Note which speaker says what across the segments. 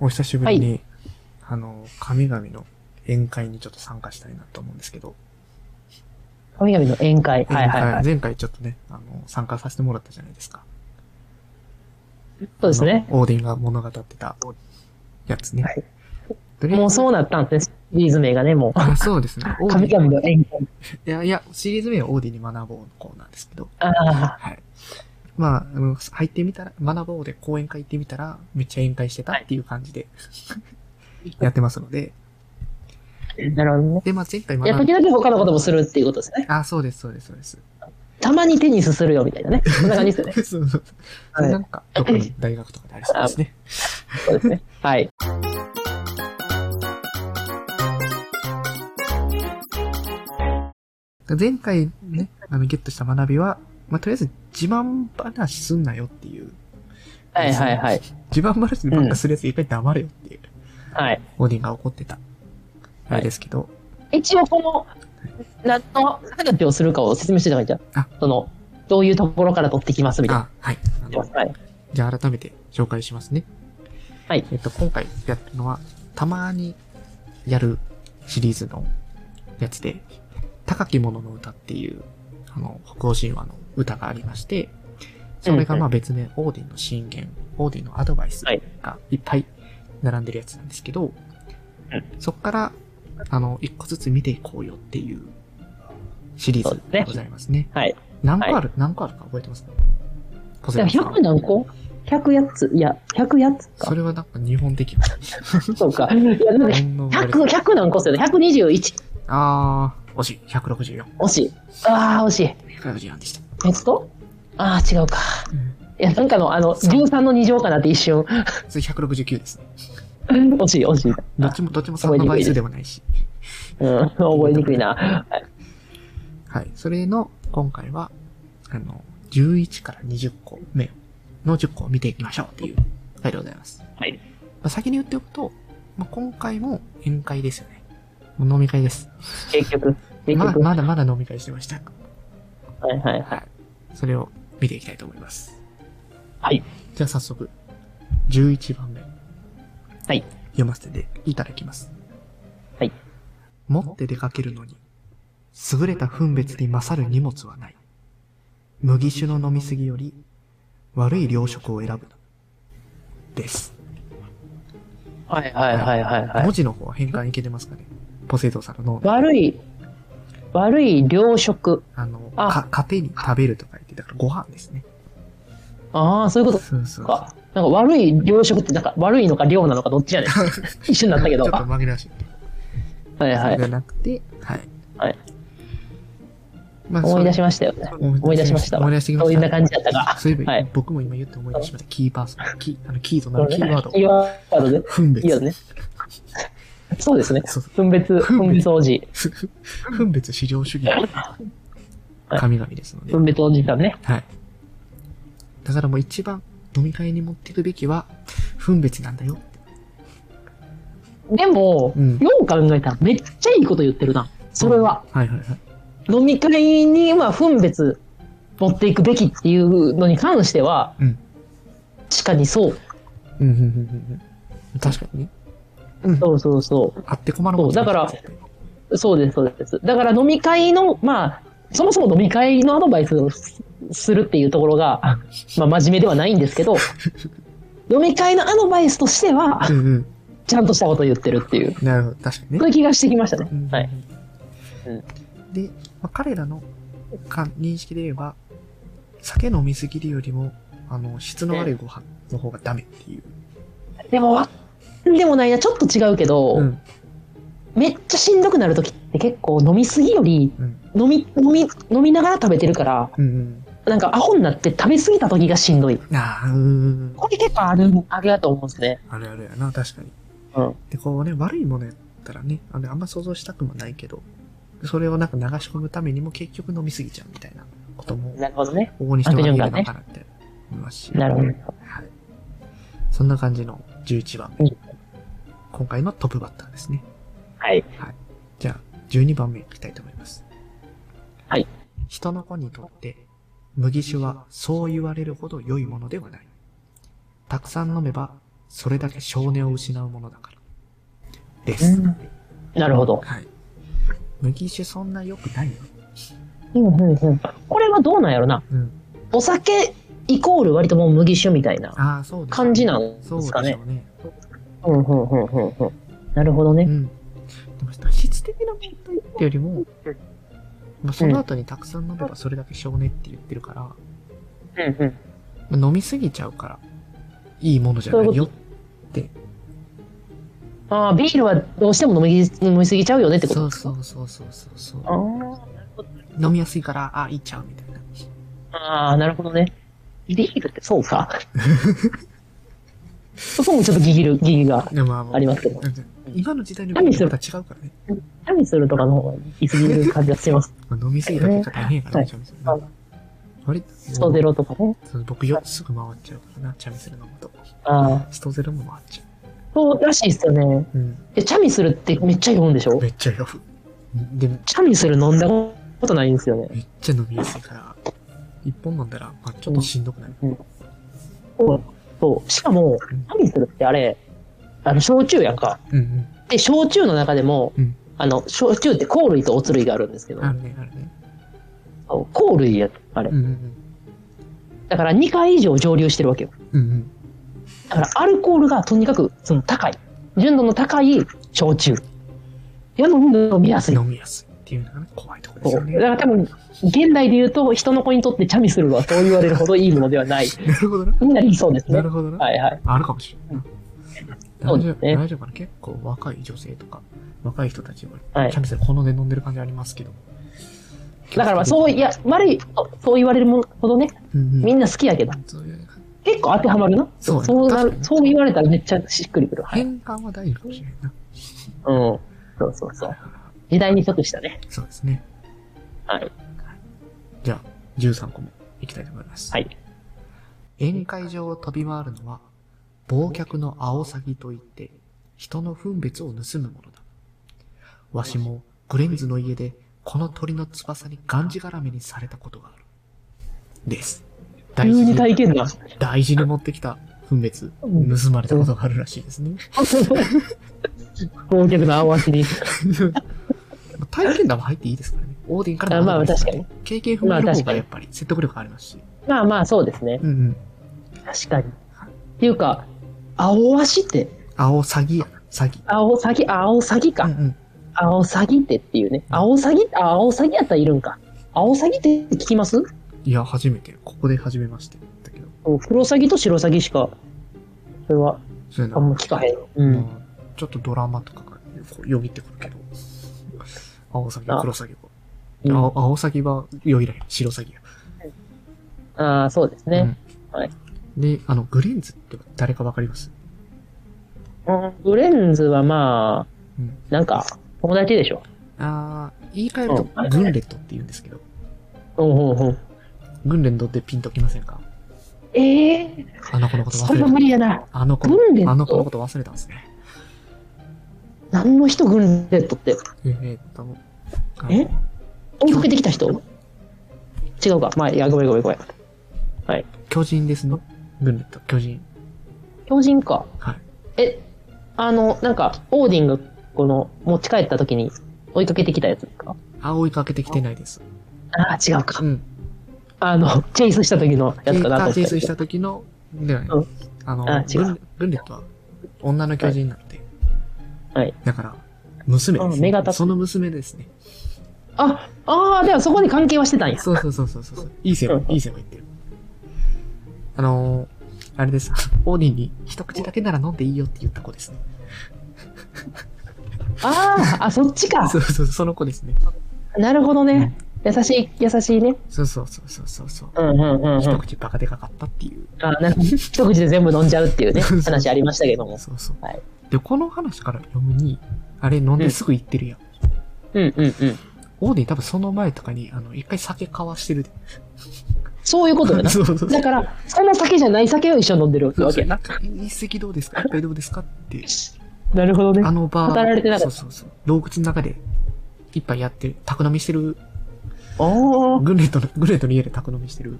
Speaker 1: お久しぶりに、あの、神々の宴会にちょっと参加したいなと思うんですけど、
Speaker 2: 神々の宴会。はいはいはい。
Speaker 1: 前回ちょっとね、あの、参加させてもらったじゃないですか。
Speaker 2: そうですね。
Speaker 1: あのオーディンが物語ってたやつね。
Speaker 2: はい
Speaker 1: とりあえず
Speaker 2: もうそうなったんですね。シリーズ名がね、も
Speaker 1: あ、そうですね。
Speaker 2: う。
Speaker 1: オー
Speaker 2: 神
Speaker 1: ディ
Speaker 2: 々の宴会。
Speaker 1: いやいや、シリーズ名はオーディに学ぼうのコーナーですけど、
Speaker 2: ああ、
Speaker 1: はい。まあ、あの、入ってみたら、学ぼうで講演会行ってみたら、めっちゃ宴会してたっていう感じで、 やってますので、
Speaker 2: なるほどね。
Speaker 1: で、まあ前回
Speaker 2: いや、
Speaker 1: 学ん
Speaker 2: 時々他のこともするっていうことですね。
Speaker 1: あ、そうです、そうです、そうです。
Speaker 2: たまにテニスするよみたいなね。こんな感じ ですよね。
Speaker 1: そうそうそう。
Speaker 2: はい
Speaker 1: なんか、どこに大学とかでありそうですね。
Speaker 2: そうですね。はい。
Speaker 1: 前回ね、あの、ゲットした学びは、まあ、とりあえず自慢話すんなよっていう。
Speaker 2: はいはいはい。
Speaker 1: 自慢話ばっかするやつ一回黙れよっていう、
Speaker 2: はい。
Speaker 1: オーディンが怒ってた。あれですけど、
Speaker 2: 一応この、何の話をするかを説明してた方がいいじゃん。
Speaker 1: あ
Speaker 2: その、どういうところから取ってきますみたいな。
Speaker 1: あ、はい。あの
Speaker 2: はい。
Speaker 1: じゃあ改めて紹介しますね。
Speaker 2: はい。
Speaker 1: えっと、今回やってるのは、たまにやるシリーズのやつで、高き者の歌っていう、あの、北欧神話の歌がありまして、それがまあ別名、オーディンの信玄、オーディンのアドバイス
Speaker 2: はい
Speaker 1: がいっぱい並んでるやつなんですけど、そっから、あの、一個ずつ見ていこうよっていうシリーズでございますね。
Speaker 2: はい。
Speaker 1: 何個ある、何個あるか覚えてますかポ
Speaker 2: じゃあ
Speaker 1: マさん
Speaker 2: 100何個 ?100 やつ。いや、100やつか
Speaker 1: そ。れはなんか日本的な。
Speaker 2: そうか。いや、なんか
Speaker 1: 煩悩がある
Speaker 2: 100、100何個っすよね。121。
Speaker 1: あー、惜しい。164。
Speaker 2: 惜しい。ああ、惜しい。
Speaker 1: 164でした。
Speaker 2: えっとああ、違うか。
Speaker 1: うん
Speaker 2: いや、なんかの、あの、
Speaker 1: そう
Speaker 2: 13の2乗かなって一瞬。
Speaker 1: それ169ですね。
Speaker 2: 惜しい、惜しい。
Speaker 1: どっちも、どっちも3の倍数でもないし。
Speaker 2: うん、覚えにくいな。
Speaker 1: はい。それの、今回は、あの、11から20個目の10個を見ていきましょうっていう回でございます。
Speaker 2: はい
Speaker 1: まあ、先に言っておくと、まあ、今回も宴会ですよね。もう飲み会です。
Speaker 2: 結局。結
Speaker 1: まだ、
Speaker 2: 局。
Speaker 1: まだまだ飲み会してました。
Speaker 2: はいはいはい。
Speaker 1: それを見ていきたいと思います。
Speaker 2: はい。
Speaker 1: じゃあ早速、11番目。
Speaker 2: はい。
Speaker 1: 読ませていただきます。
Speaker 2: はい。
Speaker 1: 持って出かけるのに、優れた分別に勝る荷物はない。麦酒の飲みすぎより、悪い糧食を選ぶな。です。
Speaker 2: はいはいはいはいはい
Speaker 1: 文。字の方は変換いけてますかねポセイドンさんの脳内
Speaker 2: 悪い、悪い糧食。
Speaker 1: あの、
Speaker 2: あ
Speaker 1: か、糧に食べるとか言って、だからご飯ですね。
Speaker 2: ああ、そういうこ
Speaker 1: そうそ
Speaker 2: と
Speaker 1: う。
Speaker 2: か。なんか悪い糧食って、なんか悪いのか量なのかどっちやね ん。一緒になったけど。
Speaker 1: ちょっと
Speaker 2: は
Speaker 1: 紛らわしい。
Speaker 2: いは
Speaker 1: じゃ
Speaker 2: い。
Speaker 1: なくて、はい。
Speaker 2: はい
Speaker 1: まあ
Speaker 2: 思い出しましたよね。思い出しましたわ
Speaker 1: 思い出してきま
Speaker 2: ど
Speaker 1: し
Speaker 2: う
Speaker 1: た。
Speaker 2: いんな感じだったか。
Speaker 1: そういえば、
Speaker 2: はい
Speaker 1: 僕も今言って思い出しました。キーパーソン、キー、あの、キーとな
Speaker 2: そう
Speaker 1: る
Speaker 2: ね
Speaker 1: キーワード。
Speaker 2: キーワードで。
Speaker 1: 分別。
Speaker 2: いいよね。そうですね。
Speaker 1: そう
Speaker 2: 分別、
Speaker 1: 分別
Speaker 2: 分別おじ。
Speaker 1: 分別至上主義の神々ですので。
Speaker 2: 分別おじさんね。
Speaker 1: はい。だからもう一番飲み会に持っていくべきは、分別なんだよ。
Speaker 2: でも、
Speaker 1: うん
Speaker 2: よう考えたらめっちゃいいこと言ってるな。それは。
Speaker 1: はいはいはい。
Speaker 2: 飲み会には分別持っていくべきっていうのに関しては、
Speaker 1: うん。
Speaker 2: 確かにそう。
Speaker 1: うん、うん、うんうん、うん。確かにね。
Speaker 2: そうそうそ
Speaker 1: あって困るもん
Speaker 2: そうだからう。そうです、そうです。だから飲み会の、まあ、そもそも飲み会のアドバイスをすするっていうところが、まあ真面目ではないんですけど、飲み会のアドバイスとしては
Speaker 1: う、んうん。
Speaker 2: ちゃんとしたことを言ってるっていう、
Speaker 1: なるほど。確かにね
Speaker 2: そう。いう気がしてきましたね。はい。うん
Speaker 1: で、まあ、彼らのか認識で言えば、酒飲みすぎるよりも、あの、質の悪いご飯の方がダメっていう。
Speaker 2: でも、わでもないな、ちょっと違うけど、
Speaker 1: うん。
Speaker 2: めっちゃしんどくなるときって結構飲みすぎより
Speaker 1: うん。
Speaker 2: 飲み飲み飲みながら食べてるから
Speaker 1: うん、
Speaker 2: なんかアホになって食べ過ぎたときがしんどい
Speaker 1: うん。ああ、うーん。
Speaker 2: これ結構あるあるだと思うんですね
Speaker 1: あれあれやな、確かに。
Speaker 2: うん
Speaker 1: で、こうね、悪いものやったらね、あのあんま想像したくもないけど、それをなんか流し込むためにも結局飲みすぎちゃうみたいなことも、
Speaker 2: なるほどね
Speaker 1: 往々にしてはあり得るのかなって思いますし。
Speaker 2: なるほど
Speaker 1: はい。そんな感じの11番目。
Speaker 2: うん
Speaker 1: 今回のトップバッターですね。
Speaker 2: はい
Speaker 1: じゃあ、12番目いきたいと思います。
Speaker 2: はい。
Speaker 1: 人の子にとって、麦酒はそう言われるほど良いものではない。たくさん飲めば、それだけ少年を失うものだから。で
Speaker 2: う
Speaker 1: す。
Speaker 2: ん。なるほど。
Speaker 1: はい。麦酒そんな良くないよ。
Speaker 2: うんうんうん。これはどうなんやろな。
Speaker 1: うん。
Speaker 2: お酒イコール割ともう麦酒みたいな
Speaker 1: ああ、そうです、
Speaker 2: 感じなんで
Speaker 1: そうですし
Speaker 2: かね
Speaker 1: ょ。うね。
Speaker 2: うんうんうんうんうん。なるほど
Speaker 1: う
Speaker 2: ね。
Speaker 1: ん。でも質的な問題ってよりも、まあ、その後にたくさん飲めばそれだけ少年って言ってるから、
Speaker 2: うんうん。
Speaker 1: まあ飲みすぎちゃうから、いいものじゃないよ。
Speaker 2: ああ、ビールはどうしても飲み飲みすぎちゃうよねってこと
Speaker 1: そ
Speaker 2: で
Speaker 1: う
Speaker 2: すか
Speaker 1: そうそうそうそうそう。
Speaker 2: あーなるほど
Speaker 1: 飲みやすいから、ああ、いっちゃうみたいな。
Speaker 2: あー、なるほどね。ビールってそうか。 そこもちょっとギギる、ギギが。
Speaker 1: でもまあま
Speaker 2: ありますけど
Speaker 1: 今の時代のビールとは違うからね。
Speaker 2: 旅するとかの方がいすぎる感じがし ます。
Speaker 1: まあ、飲みすぎた結果大変やからね、チャミスルな
Speaker 2: はい
Speaker 1: あれ
Speaker 2: ストゼロとかね。
Speaker 1: そう僕よ、すぐ回っちゃうからな、チャミスル飲むと。
Speaker 2: ああ、
Speaker 1: ストゼロも回っちゃ
Speaker 2: そうらしいですよね。
Speaker 1: う。うん。
Speaker 2: え、チャミスルってめっちゃ読むんでしょ
Speaker 1: めっちゃ酔う。で、
Speaker 2: チャミスル飲んだことないんですよね。
Speaker 1: めっちゃ飲みやすいから、一本飲んだら、まあ、ちょっとしんどくなる。
Speaker 2: そう。そうしかも、チ
Speaker 1: うん
Speaker 2: ャミスルってあれ、あの、焼酎やんか。
Speaker 1: うん
Speaker 2: で、焼酎の中でも、
Speaker 1: うん
Speaker 2: あの、焼酎って香類とおつ類があるんですけ
Speaker 1: う
Speaker 2: ど
Speaker 1: ん。、あるね、あるね。
Speaker 2: そう香類や、あれ
Speaker 1: う。んうん
Speaker 2: だから2回以上蒸留してるわけよ。
Speaker 1: うん。うんうん。
Speaker 2: だからアルコールがとにかくその高い。純度の高い焼酎。いや、飲み飲みやすい。
Speaker 1: 飲みやすいっていうのがね、怖いところです
Speaker 2: そ
Speaker 1: よ
Speaker 2: う。
Speaker 1: ね
Speaker 2: だか。ら多分、現代で言うと、人の子にとってチャミスルはそう言われるほどいいものでは ない。
Speaker 1: なるほどな。
Speaker 2: になりそうです
Speaker 1: な
Speaker 2: ね
Speaker 1: る。ほどな。
Speaker 2: はいはい。
Speaker 1: あるかもしれんない。
Speaker 2: そう
Speaker 1: 大
Speaker 2: で
Speaker 1: 丈
Speaker 2: す
Speaker 1: 夫、
Speaker 2: ね
Speaker 1: 大丈夫かな結構若い女性とか、若い人たちは、
Speaker 2: はい
Speaker 1: キャミスル好んで飲んでる感じありますけど。
Speaker 2: だからまあそう、いや、悪い、そうそう言われるもほどね、
Speaker 1: うんう
Speaker 2: み
Speaker 1: ん、
Speaker 2: んな好きやけど、
Speaker 1: そういう
Speaker 2: 結構当てはまるな。
Speaker 1: そうね
Speaker 2: そうな
Speaker 1: 確か
Speaker 2: る
Speaker 1: に
Speaker 2: そう言われたらめっちゃしっくりくる。はい。うん。
Speaker 1: 変換は大事かもしれないな。
Speaker 2: そうそうそう。時代に即したね。
Speaker 1: そうですね。
Speaker 2: はい。
Speaker 1: じゃあ、13個目いきたいと思います。
Speaker 2: はい。
Speaker 1: 宴会場を飛び回るのは、忘却のアオサギといって、人の分別を盗むものだ。わしも、グレンズの家で、この鳥の翼にがんじがらめにされたことがある。です。大
Speaker 2: 急
Speaker 1: 事
Speaker 2: に体
Speaker 1: に、
Speaker 2: 験談。
Speaker 1: 大事に持ってきた分別、
Speaker 2: うん
Speaker 1: 盗まれたことがあるらしいですね。
Speaker 2: 忘却の青足 に。
Speaker 1: まあ体験談も入っていいですからね。オーディンから
Speaker 2: あまあ
Speaker 1: 学ぶんですら
Speaker 2: 確
Speaker 1: ね。経験踏める方がやっぱり説得力ありますし。
Speaker 2: まあまあ、そうですね。
Speaker 1: うんうん。
Speaker 2: 確かに。っていうか、青足って、
Speaker 1: 青詐欺やな。詐欺。
Speaker 2: 青詐欺、青詐欺か。
Speaker 1: うんうん。
Speaker 2: 青詐欺ってっていうね。
Speaker 1: うん
Speaker 2: 青詐欺、あ青詐欺やったらいるんか。青詐欺って聞きます
Speaker 1: いや、初めて。ここで初めまして。だけど。
Speaker 2: うん黒詐欺と白詐欺しか、それは
Speaker 1: そういう
Speaker 2: あ
Speaker 1: の
Speaker 2: んま聞かへん。うん。
Speaker 1: まあちょっとドラマとかがこうよぎってくるけど。青詐欺、
Speaker 2: あ
Speaker 1: 黒詐欺か。
Speaker 2: うん
Speaker 1: 青青詐欺はよぎらへん。白詐欺や。
Speaker 2: ああ、そうですね。はい
Speaker 1: で、あの、グレンズって誰かわかります
Speaker 2: うんグレンズはまあ
Speaker 1: うん、
Speaker 2: なんか、友達でしょ。
Speaker 1: あー言い換えると
Speaker 2: うん、
Speaker 1: グンレットって言うんですけど、
Speaker 2: うんうんうん。
Speaker 1: グンレットってピンときませんか
Speaker 2: ええ
Speaker 1: あの子のこと
Speaker 2: そ
Speaker 1: 忘
Speaker 2: れ
Speaker 1: れ
Speaker 2: は
Speaker 1: た
Speaker 2: 無。理やな。
Speaker 1: あの子の
Speaker 2: グンレッ、ト
Speaker 1: あの子のこと忘れたんですね。
Speaker 2: 何の人グレットって。
Speaker 1: えーっと、あの
Speaker 2: え追いかけてきた人違うか。まあ、いや、ごめんごめんごめん。
Speaker 1: 巨人ですね。グンレット、巨人。
Speaker 2: 狂人か。
Speaker 1: はい。
Speaker 2: え、あの、なんか、オーディンが、この、持ち帰った時に追いかけてきたやつですか
Speaker 1: あ、追いかけてきてないです。
Speaker 2: ああ、違うか
Speaker 1: う。ん。
Speaker 2: あの、チェイスした時のやつかなと思
Speaker 1: チ
Speaker 2: って
Speaker 1: ェイスした時の、ではね
Speaker 2: うん
Speaker 1: あの、
Speaker 2: あ違
Speaker 1: グ
Speaker 2: う
Speaker 1: ングンレットは女の巨人なので。
Speaker 2: はい。
Speaker 1: だから、娘で
Speaker 2: う
Speaker 1: す、
Speaker 2: ん目が
Speaker 1: ね
Speaker 2: 立。つ
Speaker 1: その娘ですね。
Speaker 2: あ、ああ、ではそこに関係はしてたんや。
Speaker 1: そうそうそうそうそう。いい線は
Speaker 2: う、ん
Speaker 1: いい線は言ってる。あのー、あれです。オーディンに一口だけなら飲んでいいよって言った子ですね。
Speaker 2: ああ、あ、そっちか
Speaker 1: そ。うそう、その子ですね。
Speaker 2: なるほどね。優しい、優しいね。
Speaker 1: そうそうそうそうそうそう。
Speaker 2: うんうんうんうん。
Speaker 1: 一
Speaker 2: あ
Speaker 1: 口バカでかかったっていう。
Speaker 2: ーなんか一口で全部飲んじゃうっていうね、
Speaker 1: そう
Speaker 2: 話ありましたけども。
Speaker 1: そうそう。
Speaker 2: はい
Speaker 1: で、この話から読むに、あれ飲んですぐ行ってるやん。
Speaker 2: うんうんうん。
Speaker 1: オーディン多分その前とかに、あの、一回酒交わしてるで。
Speaker 2: そういうことだな。
Speaker 1: そうそうそう。
Speaker 2: だから、その酒じゃない酒を一緒に飲んでるわけやな。
Speaker 1: 一石どうですか一杯どうですかって、
Speaker 2: なるほどね
Speaker 1: あ。の場、
Speaker 2: 語られてなか
Speaker 1: そ
Speaker 2: っ
Speaker 1: う
Speaker 2: た
Speaker 1: そうそう。洞窟の中で、一杯やってる、宅飲みしてる、
Speaker 2: おお。
Speaker 1: グレートの、グレートの家で宅飲みしてる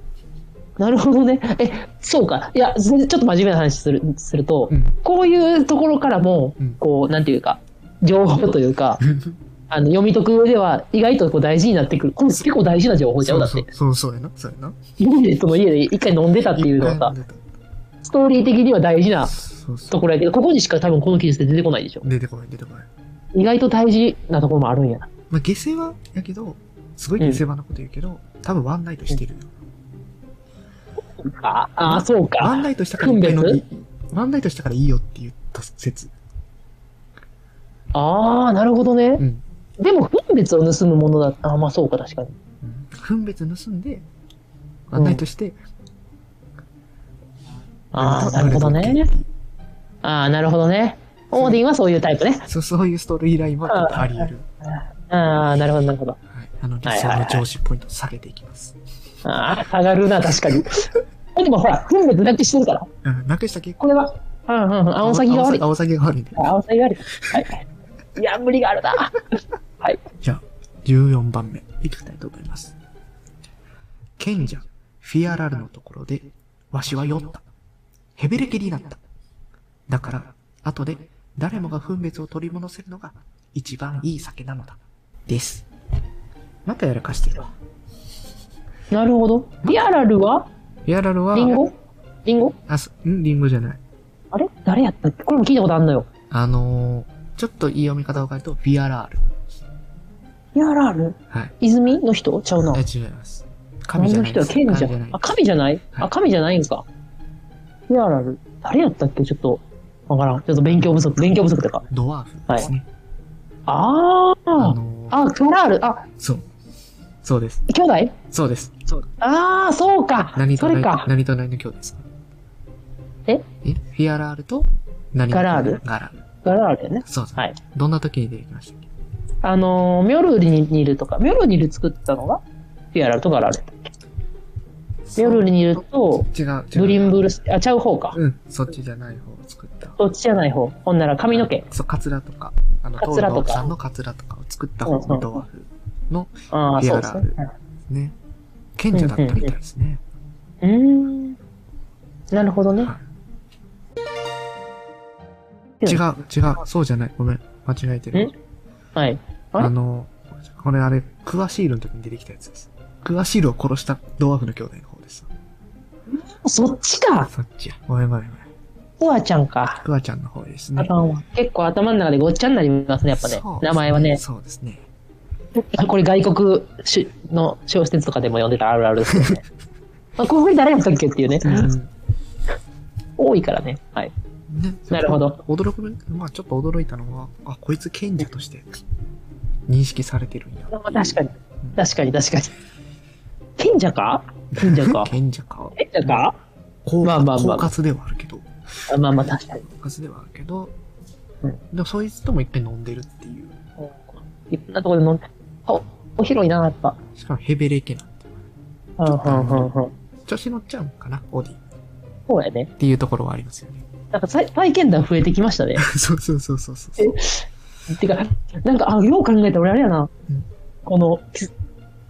Speaker 2: なるほどね。え、そうか。いや、ちょっと真面目な話するすると、
Speaker 1: うん。
Speaker 2: こういうところからも
Speaker 1: うん、
Speaker 2: こう、なんていうか、情報というか、あの読み解く上では意外とこう大事になってくる。この結構大事な情報じ
Speaker 1: そ
Speaker 2: ゃん、
Speaker 1: う
Speaker 2: だっ
Speaker 1: そ
Speaker 2: て
Speaker 1: う。そうそうやなそうやな。
Speaker 2: 飲んで、その家で一回飲んでたっていうのはさ、
Speaker 1: 一回出
Speaker 2: ストーリー的には大事
Speaker 1: た
Speaker 2: な
Speaker 1: そうそ
Speaker 2: と
Speaker 1: う
Speaker 2: ころやけど、ここにしか多分この記述で出てこないでしょ。
Speaker 1: 出てこない出てこない。
Speaker 2: 意外と大事なところもあるんやな。
Speaker 1: まあ、下世話やけどすごい下世話なこと言うけど、多分ワンナイトしてるよ。
Speaker 2: ああ、そう
Speaker 1: ワン
Speaker 2: か。
Speaker 1: ナイトしたからいっぱい飲みワンナイトしたからいいよって言った説。
Speaker 2: ああ、なるほどね
Speaker 1: う。ん。
Speaker 2: でも、分別を盗むものだああ、まあそうか、確かに。
Speaker 1: うん分別盗んで、ワンナイトして、
Speaker 2: ああ、なるほどね。ああ、なるほどね。オーディンはそういうタイプね。
Speaker 1: そうそういうストーリーラインはちょっとあり得る。
Speaker 2: ああ、なるほど、なるほど。
Speaker 1: はい、あの理想の上司ポイントを下げていきます。
Speaker 2: ああ、上がるな、確かに。 でもほら、分別なくしてるから。
Speaker 1: うん、なくした結果、
Speaker 2: これは、うんうんうん、青サギが悪い。
Speaker 1: 青崎が悪いね。
Speaker 2: 青サギが悪い。はい。いや、無理があるな。はい。
Speaker 1: じゃあ、14番目、いきたいと思います。賢者、フィアラルのところで、わしは酔った。ヘベレケになった。だから、後で、誰もが分別を取り戻せるのが、一番いい酒なのだ。です。またやらかしてるわ。
Speaker 2: なるほど。リアラルは
Speaker 1: フィアラルは、
Speaker 2: リンゴリンゴ
Speaker 1: あ、すんリンゴじゃない。
Speaker 2: あれ誰やったっけこれも聞いたことあんのよ。
Speaker 1: あのー、ちょっと言い読み方を変えると、フィアラール。
Speaker 2: リアラル
Speaker 1: はい。
Speaker 2: 泉の人ちゃうな
Speaker 1: あ。違います。神
Speaker 2: 神
Speaker 1: じゃない
Speaker 2: の人
Speaker 1: で
Speaker 2: は
Speaker 1: す。
Speaker 2: 賢
Speaker 1: 神
Speaker 2: 者
Speaker 1: じゃない。
Speaker 2: あ、神じゃない、
Speaker 1: はい
Speaker 2: あ、神じゃないんか。リアラル。誰やったっけちょっと、わからん。ちょっと勉強不足、勉強不足とか。
Speaker 1: ドワーフですね。
Speaker 2: あ
Speaker 1: あ
Speaker 2: あ。
Speaker 1: のー、
Speaker 2: あ、キョラール。あ、
Speaker 1: そう。そうです。
Speaker 2: 兄弟
Speaker 1: そうです。
Speaker 2: ああ、そうか。
Speaker 1: 何と
Speaker 2: それ
Speaker 1: 何
Speaker 2: か。
Speaker 1: 何と何の今日ですか
Speaker 2: え
Speaker 1: えフィアラールと何
Speaker 2: ガラール
Speaker 1: ガラール。
Speaker 2: ガラールだよね。
Speaker 1: そうそう。
Speaker 2: はい。
Speaker 1: どんな時に出てきましたっけ
Speaker 2: あのー、ミョルニニルとか、ミョルニル作ったのが、リアラルとガラール。ミョルニルと、
Speaker 1: 違う、違う。
Speaker 2: グリンブルス、あ、ちゃう方か。
Speaker 1: うん、そっちじゃない方を作った。
Speaker 2: どっちじゃない方。ほんなら髪の毛。
Speaker 1: そう、カツラとか。あの、
Speaker 2: カ
Speaker 1: ト
Speaker 2: ツ
Speaker 1: ー
Speaker 2: ラ
Speaker 1: ルの
Speaker 2: とか
Speaker 1: 奥さんのカツラとかを作った方のドワーフ
Speaker 2: ああ、
Speaker 1: リ
Speaker 2: そ
Speaker 1: ア
Speaker 2: うで
Speaker 1: ラ
Speaker 2: す
Speaker 1: ル
Speaker 2: ね。
Speaker 1: ね。賢者だったみたいですね。
Speaker 2: うーん。なるほどね。うん
Speaker 1: 違う、違う、そうじゃない。ごめん。間違えてる。
Speaker 2: はい。あれ
Speaker 1: あの、これあれ、クワシールの時に出てきたやつです。クワシールを殺したドワーフの兄弟の方です。
Speaker 2: そっちか。
Speaker 1: そっちや。ごめんごめんごめん。
Speaker 2: フワちゃんか。
Speaker 1: クワちゃんの方です
Speaker 2: あ
Speaker 1: ね。
Speaker 2: かんわ。結構頭の中でごっちゃになりますね、やっぱね
Speaker 1: そう。
Speaker 2: 名前はね。
Speaker 1: そうですね。
Speaker 2: これ外国しの小説とかでも読んでたあるあるですよ ね。あ、これ誰やったっけっていうね。
Speaker 1: うん
Speaker 2: 多いからね。はい。
Speaker 1: ね
Speaker 2: なるほど。
Speaker 1: 驚くべ、まあちょっと驚いたのは、あ、こいつ賢者として認識されてるんや。。
Speaker 2: 確かに。確かに、確かに。賢者か賢者か
Speaker 1: 賢者か。
Speaker 2: 賢者か
Speaker 1: 狡
Speaker 2: まあまあま
Speaker 1: 狡
Speaker 2: あ
Speaker 1: 猾ではあるけど。
Speaker 2: あまあまあ、確かに。
Speaker 1: 狡猾ではあるけど
Speaker 2: うん、
Speaker 1: でもそいつとも一回飲んでるっていう。
Speaker 2: いろんなところで飲んで。お、お広いな、やっぱ。
Speaker 1: しかもヘベレケな。
Speaker 2: うん、うん、うん、うん。
Speaker 1: 調子乗っちゃうんかな、オディ。っ
Speaker 2: そうやね。
Speaker 1: ていうところはありますよね。
Speaker 2: なんかさい体験談増えてきましたね。
Speaker 1: そうそうそうそうそう。
Speaker 2: てか、なんか、あ、よう考えたら俺あれやな。
Speaker 1: うん
Speaker 2: この、き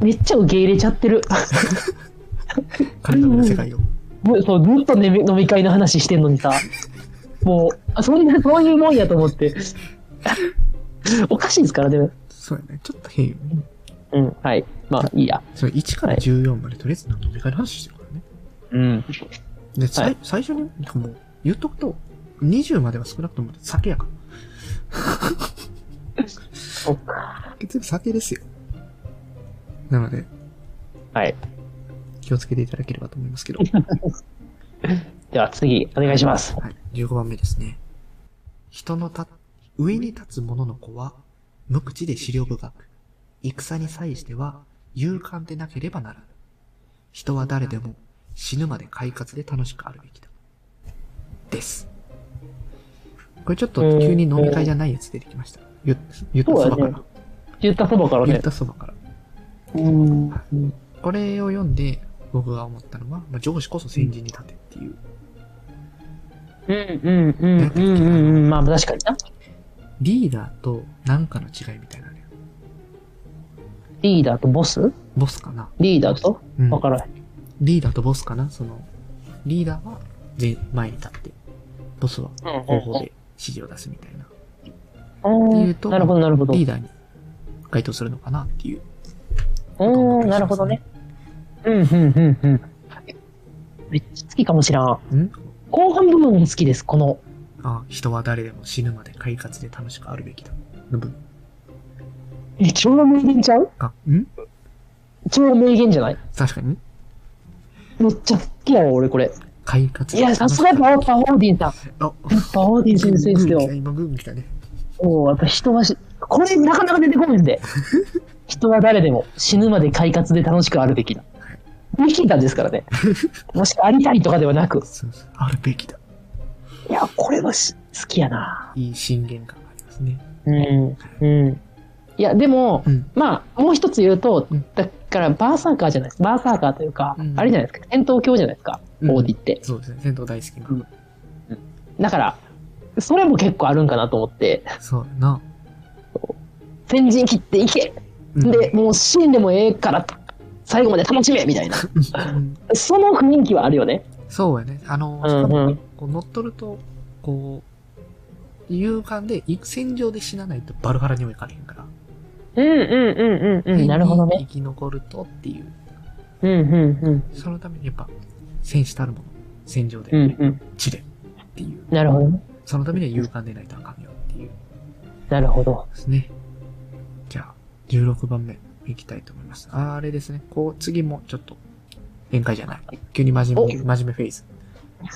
Speaker 2: めっちゃ受け入れちゃってる。
Speaker 1: 彼らの世界を。
Speaker 2: もうそうずっと、ね、飲み会の話してんのにさ、もう、あそんな、そういうもんやと思って。 おかしいですからね。
Speaker 1: そうやね。ちょっと変よね。
Speaker 2: うん、はい。まあ、いいや。
Speaker 1: それ1から14までとりあえず何のメカの話してるからね。
Speaker 2: うん。
Speaker 1: で、さい
Speaker 2: はい
Speaker 1: 最初に、もう、言っとくと、20までは少なくとも酒やか
Speaker 2: そっか。
Speaker 1: ら。全部酒ですよ。なので、
Speaker 2: はい。
Speaker 1: 気をつけていただければと思いますけど。
Speaker 2: では次、お願いします。
Speaker 1: はい、15番目ですね。人のた、上に立つ者の子は、無口で資料深く、戦に際しては、勇敢でなければならぬ。人は誰でも、死ぬまで快活で楽しくあるべきだ。です。これちょっと急に飲み会じゃないやつ出てきました。言言ったそばか
Speaker 2: そうだ
Speaker 1: ら。
Speaker 2: 言ったそばから
Speaker 1: 言っ
Speaker 2: ね。
Speaker 1: たそばから。
Speaker 2: うん。
Speaker 1: これを読んで、僕が思ったのは、まあ、上司こそ先人に立てっていう。
Speaker 2: うんうんうんうんうんうん。まあ、確かにな。
Speaker 1: リーダーとなんかの違いみたいなね。
Speaker 2: リーダーとボス
Speaker 1: ボスかな。
Speaker 2: リーダーと
Speaker 1: うん
Speaker 2: わからない。
Speaker 1: リーダーとボスかなその、リーダーは前前に立って、ボスは
Speaker 2: うん
Speaker 1: 後方で指示を出すみたいな。
Speaker 2: うん
Speaker 1: いうと
Speaker 2: なるほど、なるほど。
Speaker 1: リーダーに該当するのかなっていう。
Speaker 2: うん、なるほどね。うん、うん、うん、うん。めっちゃ好きかもしらん。
Speaker 1: ん
Speaker 2: 後半部分も好きです、この。
Speaker 1: ああ、人は誰でも死ぬまで快活で楽しくあるべきだ。の分
Speaker 2: え、超名言ちゃう
Speaker 1: が、ん
Speaker 2: 超名言じゃない
Speaker 1: 確かに
Speaker 2: めっちゃ好きやわ、俺これ。
Speaker 1: 快活
Speaker 2: い
Speaker 1: で
Speaker 2: や、
Speaker 1: 楽しくあ
Speaker 2: さ
Speaker 1: るべ
Speaker 2: す
Speaker 1: きだ
Speaker 2: がパオパオーディンさん。
Speaker 1: あ、
Speaker 2: パオーディン先生ですよ。
Speaker 1: 今グーム来たね。
Speaker 2: もう、やっぱ人はし、これなかなか出てこない んで。人は誰でも死ぬまで快活で楽しくあるべきだ。生きたんですからね。もしくはありたりとかではなく。
Speaker 1: そうそう。あるべきだ。
Speaker 2: いや、これはし好きやな。
Speaker 1: いい信玄感がありますね。
Speaker 2: うん。うん。いや、でも、
Speaker 1: うん。
Speaker 2: まあ、もう一つ言うと
Speaker 1: うん、
Speaker 2: だから、バーサーカーじゃないです。バーサーカーというか、
Speaker 1: うん
Speaker 2: あれじゃないですか。戦闘狂じゃないですか。
Speaker 1: うん
Speaker 2: オーディって。
Speaker 1: そうですね。戦闘大好きな。
Speaker 2: だから、それも結構あるんかなと思って、
Speaker 1: そうやな。
Speaker 2: 先陣切っていけ、
Speaker 1: うん
Speaker 2: で、、もう死んでもええから、最後まで楽しめみたいな。
Speaker 1: うん
Speaker 2: その雰囲気はあるよね。
Speaker 1: そうやね。あの、
Speaker 2: うんうん。
Speaker 1: こう乗っ取ると、こう、勇敢で、い戦場で死なないとバルハラにも行かれへんから。
Speaker 2: うんうんうんうんうん。なるほどね。
Speaker 1: 生き残るとっていう。
Speaker 2: うんうんうん。
Speaker 1: そのためにやっぱ、戦士たるもの。戦場で、
Speaker 2: うんうん。
Speaker 1: 地で。っていう。
Speaker 2: なるほどね。
Speaker 1: そのためには勇敢でないとあかんよっていう。
Speaker 2: なるほど。
Speaker 1: ですね。じゃあ、16番目いきたいと思います。あーあれですね。こう、次もちょっと、宴会じゃない。急に真面目、真
Speaker 2: お
Speaker 1: 面目フェイズ。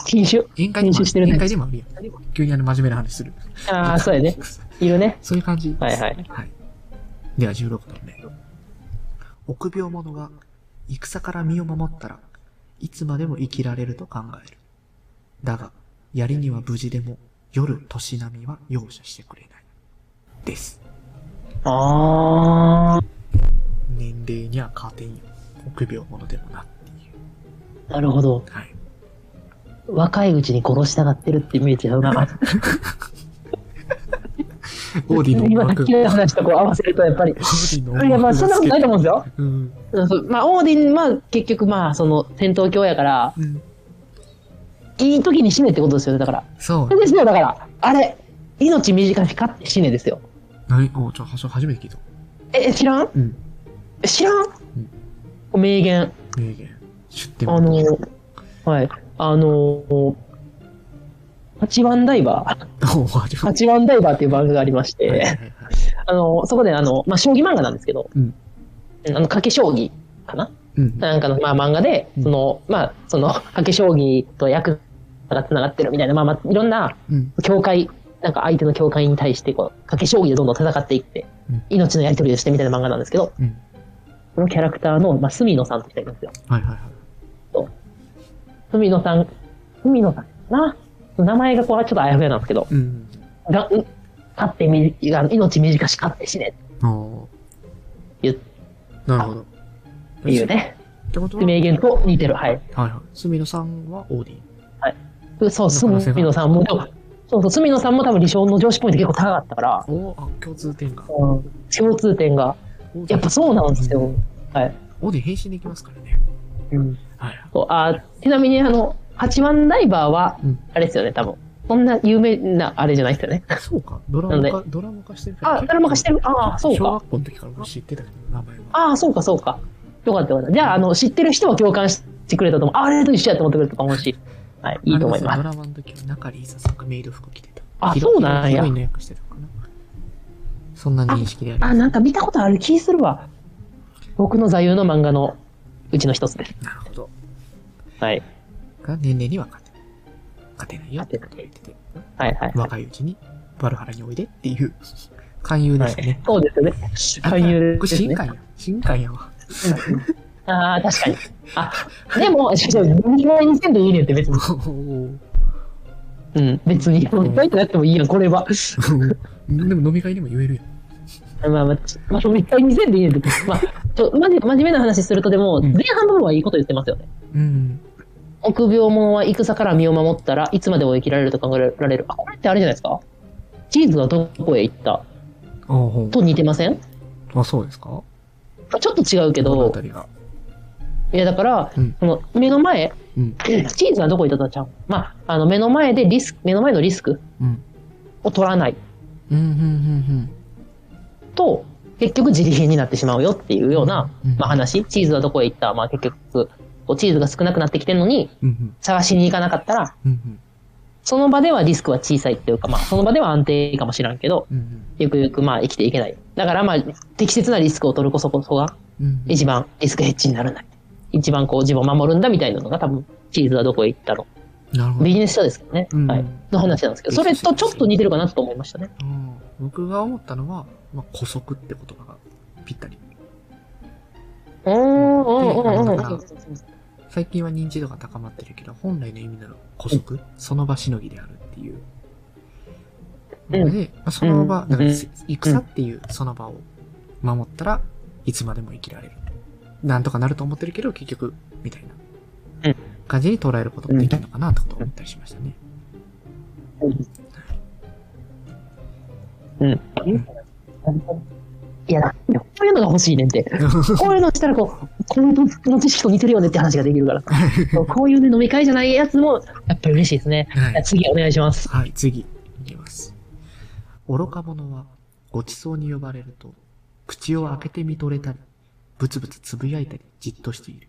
Speaker 2: 禁酒。
Speaker 1: 宴会でもあ
Speaker 2: 編集
Speaker 1: る、
Speaker 2: してるね
Speaker 1: 宴会でもあるやん。急にあの真面目な話する。
Speaker 2: ああ、そうやね。。いるね。
Speaker 1: そういう感じです。
Speaker 2: はいはい。
Speaker 1: はい。では16番目。臆病者が戦から身を守ったらいつまでも生きられると考える。だが、槍には無事でも夜年並みは容赦してくれない。です。
Speaker 2: あ
Speaker 1: 年齢には勝てんよ。臆病者でもなっていう。
Speaker 2: あ、なるほど。
Speaker 1: はい。
Speaker 2: 若いうちに殺したがってるって見えちゃうな。
Speaker 1: オーディの
Speaker 2: 今
Speaker 1: 音
Speaker 2: さっ
Speaker 1: 楽。
Speaker 2: きの話とこう合わせるとやっぱり。
Speaker 1: オーディの
Speaker 2: いや、
Speaker 1: 音
Speaker 2: まあ
Speaker 1: 楽
Speaker 2: そん
Speaker 1: が
Speaker 2: な
Speaker 1: 好
Speaker 2: こと
Speaker 1: き
Speaker 2: ないと思うんですよ。
Speaker 1: うん。
Speaker 2: うんそうまあ、オーディンは結局まあその戦闘狂やから
Speaker 1: うん。
Speaker 2: いい時に死ねってことですよねだから
Speaker 1: そう
Speaker 2: それ。ですよだからあれ命短しかって死ねですよ
Speaker 1: 何おちょ、はしょ初めて聞いた。
Speaker 2: え知らん
Speaker 1: うん。
Speaker 2: 知らん、名言
Speaker 1: 名言。出典
Speaker 2: あのはいあの八番ダイバー
Speaker 1: お始まっ。
Speaker 2: 八番ダイバーっていう番組がありました
Speaker 1: はいはい
Speaker 2: て
Speaker 1: はい
Speaker 2: あのそこであの、まあ、将棋漫画なんですけど、
Speaker 1: うん
Speaker 2: うんあの賭け将棋かな
Speaker 1: うん。
Speaker 2: なんかの、まあ、漫画で、
Speaker 1: うん
Speaker 2: その、まあ、その、賭け将棋と役が繋がってるみたいな、まあ、まあ、いろんな
Speaker 1: うん。
Speaker 2: 教会、なんか相手の教会に対して、こう、賭け将棋でどんどん戦っていって
Speaker 1: うん、
Speaker 2: 命のやり取りをしてみたいな漫画なんですけど、
Speaker 1: うん
Speaker 2: そのキャラクターの、まあ、隅野さんって人いますよ。
Speaker 1: はいはいはい。
Speaker 2: 隅野さん、隅野さんかな名前がこう、ちょっとあやふやなんですけど、
Speaker 1: うん。
Speaker 2: が、ん勝ってみ、あの命短し勝って死ねっ
Speaker 1: あ
Speaker 2: 言っ
Speaker 1: あ。なるほど。
Speaker 2: ていう。ね、
Speaker 1: ってことは、
Speaker 2: 名言と似てる。はい。
Speaker 1: はいはい。すみのさんはオーディン。
Speaker 2: そう、
Speaker 1: 可能性が
Speaker 2: 隅野さんも、でもそうそう、隅野さんも多分理想の上司ポイント結構高かったから、
Speaker 1: おお、あ、共通点が。
Speaker 2: うん、共通点が、やっぱそうなんですよ。はい。
Speaker 1: オーディン変身できますからね。
Speaker 2: うん、
Speaker 1: はい。
Speaker 2: そうあちなみに、あの、八番ダイバーは
Speaker 1: うん、
Speaker 2: あれですよね、多分。そんな有名なあれじゃないですよね。
Speaker 1: そうか。ドラマ化、ドラマ化してるから。
Speaker 2: あ、ドラマ化してる。ああ、そう
Speaker 1: 小
Speaker 2: か。
Speaker 1: 学校の時から僕知ってたけど、名前は。
Speaker 2: ああ、そうか、そうか。よかったよかった。じゃあ、あの、知ってる人は共感してくれたと思う。ああれと一緒やと思ってくれたと思うし。はい、いいと思いま
Speaker 1: あれですねド
Speaker 2: す。
Speaker 1: ラマの時は中里依紗さんがメイド服着てた。
Speaker 2: あ
Speaker 1: ヒロ
Speaker 2: そうなんや
Speaker 1: ヒロインの役してたのかな。そんな認識でありま
Speaker 2: あ、なんか見たことある気するわ。僕の座右の漫画のうちの一つです。
Speaker 1: す。なるほど。
Speaker 2: はい。
Speaker 1: が年齢には勝てない。勝てないよってことを言ってて。
Speaker 2: はいはい。
Speaker 1: 若いうちにバルハラにおいでっていう勧誘でしたね。
Speaker 2: そうですよね。勧誘
Speaker 1: これ
Speaker 2: です
Speaker 1: 新
Speaker 2: ね。
Speaker 1: 刊や。新刊 やわ。
Speaker 2: ああ、確かに。あ、でも、しかし、2倍にせんといいねんって別に。うん、別に。2倍ってなってもいいやん、これは。
Speaker 1: でも飲み会でも言えるやん。
Speaker 2: まあまあ、ちまあ、2倍にせんでいいねんって。まあ、ちょ、まじ、真面目な話するとでも、
Speaker 1: ん
Speaker 2: 前半部分はいいこと言ってますよね。
Speaker 1: うん。
Speaker 2: 臆病者は戦から身を守ったらいつまでも生きられると考えられる。あ、これってあれじゃないですかチーズはどこへ行った
Speaker 1: あほ
Speaker 2: と似てません
Speaker 1: うあ、そうですか
Speaker 2: ちょっと違うけ
Speaker 1: この
Speaker 2: ど
Speaker 1: あた、りが。
Speaker 2: いや、だから、
Speaker 1: うん
Speaker 2: その目の前、
Speaker 1: うん
Speaker 2: チーズはどこ行ったとちゃうまあ、あの、目の前でリスク、目の前のリスク
Speaker 1: うん
Speaker 2: を取らない
Speaker 1: うんうんうん
Speaker 2: と、結局自利品になってしまうよっていうような、
Speaker 1: うん
Speaker 2: まあ話。チーズはどこへ行ったまあ結局、こうチーズが少なくなってきてるのに、
Speaker 1: うんうん
Speaker 2: 探しに行かなかったら、
Speaker 1: うんうん
Speaker 2: その場ではリスクは小さいっていうか、まあ、その場では安定かもしらんけど、
Speaker 1: うんうん
Speaker 2: ゆくゆくまあ生きていけない。だからまあ、適切なリスクを取るこそこそが、
Speaker 1: うんうん
Speaker 2: 一番リスクヘッジにならない。一番こう自分を守るんだみたいなのが多分、チーズはどこへ行ったの。
Speaker 1: なるほど
Speaker 2: ビジネス書ですけどね。
Speaker 1: うん
Speaker 2: はい。の話なんですけど、それとちょっと似てるかなと思いましたね。
Speaker 1: うん僕が思ったのは、まあ、古速って言葉がぴったり
Speaker 2: うーん、うん、うん、うん。
Speaker 1: だから最近は認知度が高まってるけど本来の意味なら古速その場しのぎであるっていう
Speaker 2: うん
Speaker 1: なので、まあ、その場
Speaker 2: うん
Speaker 1: だから
Speaker 2: うん
Speaker 1: せ戦っていうその場を守ったらいつまでも生きられるなんとかなると思ってるけど結局みたいな
Speaker 2: うん
Speaker 1: 感じに捉えることができるのかなってことを思ったりしましたね
Speaker 2: うん。いや、こういうのが欲しいねんて。 こういうのしたらこう、この知識と似てるよねって話ができるから。そうこういうね、飲み会じゃないやつも、やっぱり嬉しいですね。
Speaker 1: はい
Speaker 2: 次お願いします。
Speaker 1: はい、次、いきます。愚か者は、ごちそうに呼ばれると、口を開けて見とれたり、ぶつぶつつぶやいたり、じっとしている。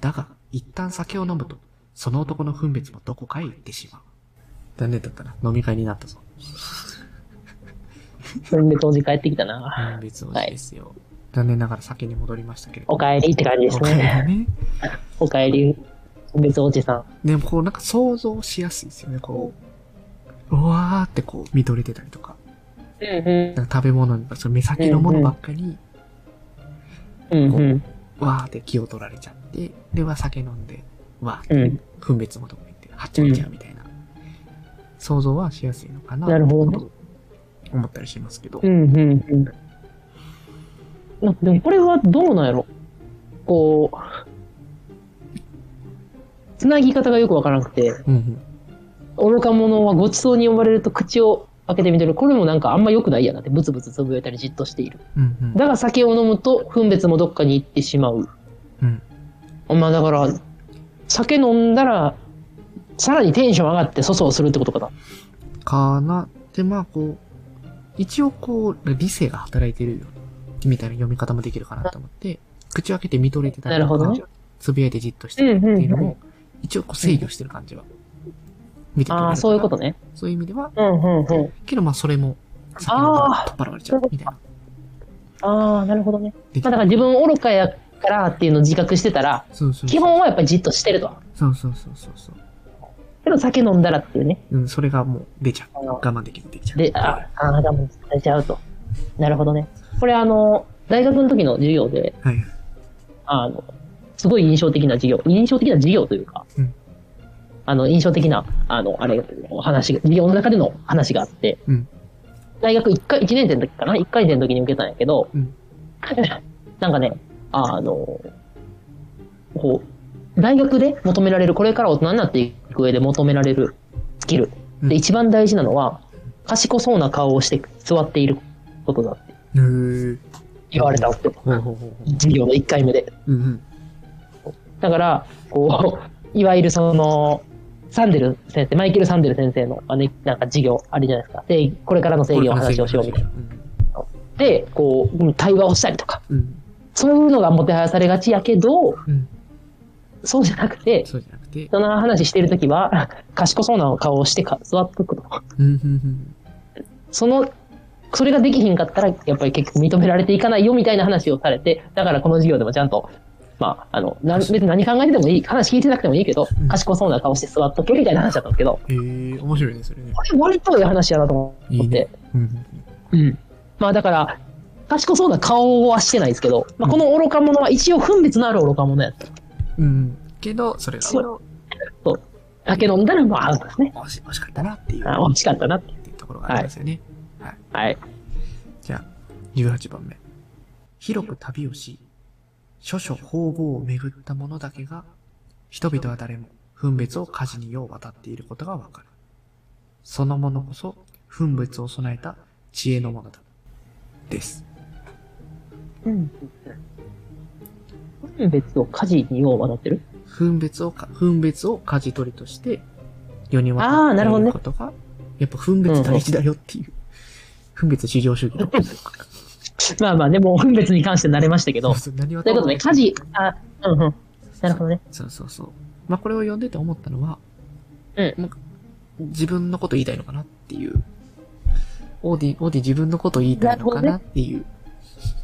Speaker 1: だが、一旦酒を飲むと、その男の分別もどこかへ行ってしまう。残念だったな。飲み会になったぞ。
Speaker 2: それで当時帰ってきたな。
Speaker 1: 分別をですよ。残念ながら酒に戻りましたけれど。
Speaker 2: お帰りって感じです
Speaker 1: お帰り
Speaker 2: ね。
Speaker 1: ね。
Speaker 2: お帰り、別おじさん。
Speaker 1: でもこうなんか想像しやすいですよね。こう、うわーってこう見とれてたりとか。
Speaker 2: うんう
Speaker 1: なんか食べ物に、その目先のものばっかり、
Speaker 2: ん。うんうん。
Speaker 1: わーって気を取られちゃって、で、は酒飲んで、わー、
Speaker 2: うん。
Speaker 1: 分別もどこ行って、はっちゃめちゃうみたいな、想像はしやすいのかな、
Speaker 2: なるほどね
Speaker 1: と思ったりしますけど
Speaker 2: う。んうんうん。なんかでもこれはどうなんやろこう、つなぎ方がよくわからなくて、
Speaker 1: うんうん。
Speaker 2: 愚か者はごちそうに呼ばれると口を開けてみてる。これもなんかあんま良くないやなって、ブツブツつぶやいたりじっとしている。
Speaker 1: うんうん。
Speaker 2: だが酒を飲むと分別もどっかに行ってしまう。
Speaker 1: うん
Speaker 2: まあだから、酒飲んだら、さらにテンション上がって粗相するってことかな。
Speaker 1: かな。で、まあ、こう、一応こう、理性が働いてるよ、みたいな読み方もできるかなと思って、口を開けて見とれてたりとか、
Speaker 2: なるほどね
Speaker 1: つぶやいてじっとしてるっていうの
Speaker 2: うんうんう
Speaker 1: も、一応こう制御してる感じは、見て取れる
Speaker 2: ああ、そういうことね。
Speaker 1: そういう意味では、
Speaker 2: うんうんうん。
Speaker 1: けどまあ、それも、先の取っ払われちゃう、みたいな。
Speaker 2: ああ、なるほどね。
Speaker 1: でき
Speaker 2: まあ、だから自分愚かやからっていうのを自覚してたら、
Speaker 1: そうそうそう。
Speaker 2: 基本はやっぱりじっとしてると。
Speaker 1: そうそうそうそうそう。
Speaker 2: けど酒飲んだらっていうね。
Speaker 1: うん、それがもう出ちゃう。
Speaker 2: あの
Speaker 1: 我慢できなくできちゃう。
Speaker 2: で、ああ、我慢されちゃうと。なるほどね。これあの、大学の時の授業で、
Speaker 1: はい。
Speaker 2: あの、すごい印象的な授業、印象的な授業というか、
Speaker 1: うん
Speaker 2: あの、印象的な、あの、あれ、お話が、授業の中での話があって、
Speaker 1: うん
Speaker 2: 大学一回、一年生の時かな一回生の時に受けたんやけど、
Speaker 1: うん
Speaker 2: なんかね、あの、こう、大学で求められる、これから大人になっていく上で求められるスキル。
Speaker 1: うん
Speaker 2: で、一番大事なのは、賢そうな顔をして座っていることだって
Speaker 1: へー。
Speaker 2: 言われたわけ。
Speaker 1: ほうほうほうほ
Speaker 2: 授業の一回目で。
Speaker 1: う。うんうん。
Speaker 2: だから、こう、い わゆるその、サンデル先生、マイケル・サンデル先生の、あの、なんか授業あるじゃないですか。で、これからの正義の話をしようみたいな。
Speaker 1: な。
Speaker 2: で、こう、うん対話をしたりとか、
Speaker 1: うん。
Speaker 2: そういうのがもてはやされがちやけど、
Speaker 1: うん。
Speaker 2: そうじゃなくて、
Speaker 1: そうじゃなくて。
Speaker 2: その話してるときは、 賢そうな顔をしてか座っとくと。
Speaker 1: うんうん
Speaker 2: その、それができひんかったら、やっぱり結局認められていかないよみたいな話をされて、だからこの授業でもちゃんと、まあ、あの、な別に何考えててもいい、話聞いてなくてもいいけど
Speaker 1: うん、
Speaker 2: 賢そうな顔して座っとけみたいな話だったんですけど、
Speaker 1: うん。へえ、面白いね、それね。
Speaker 2: これ割といい話やなと思って。
Speaker 1: いいね。うんうん
Speaker 2: うん。まあだから、賢そうな顔はしてないですけど、まあ、この愚か者は一応分別のある愚か者やった。
Speaker 1: うん。うん。けど、それが、
Speaker 2: それ
Speaker 1: 惜
Speaker 2: 酒飲んだらまあ合うんですね。
Speaker 1: し惜しかったなっていう
Speaker 2: あ惜しかったなって。
Speaker 1: っていうところがありますよね。
Speaker 2: はい。
Speaker 1: じゃあ、18番目。広く旅をし、諸々方々を巡った者だけが、人々は誰も分別を家事によう渡っていることがわかる。その者こそ、分別を備えた知恵の者だ。です。
Speaker 2: うん。
Speaker 1: これ
Speaker 2: 分別を家事に用を渡ってる
Speaker 1: 分別をか、分別を舵取りとして、世に
Speaker 2: あー
Speaker 1: 渡
Speaker 2: なるほ
Speaker 1: ってい
Speaker 2: どね
Speaker 1: ることが、やっぱ分別大事だよっていう。分別至上主義のこととか。
Speaker 2: まあまあ、でも分別に関して慣れましたけ ど。
Speaker 1: そう何は
Speaker 2: ということで、家事、あ、うんうん。なるほどね。
Speaker 1: そうそうそう。まあ、これを読んでて思ったのは、
Speaker 2: うん
Speaker 1: なんか自分のこと言いたいのかなっていう。オーディ、オーディ自分のこと言いたいのかなっていう。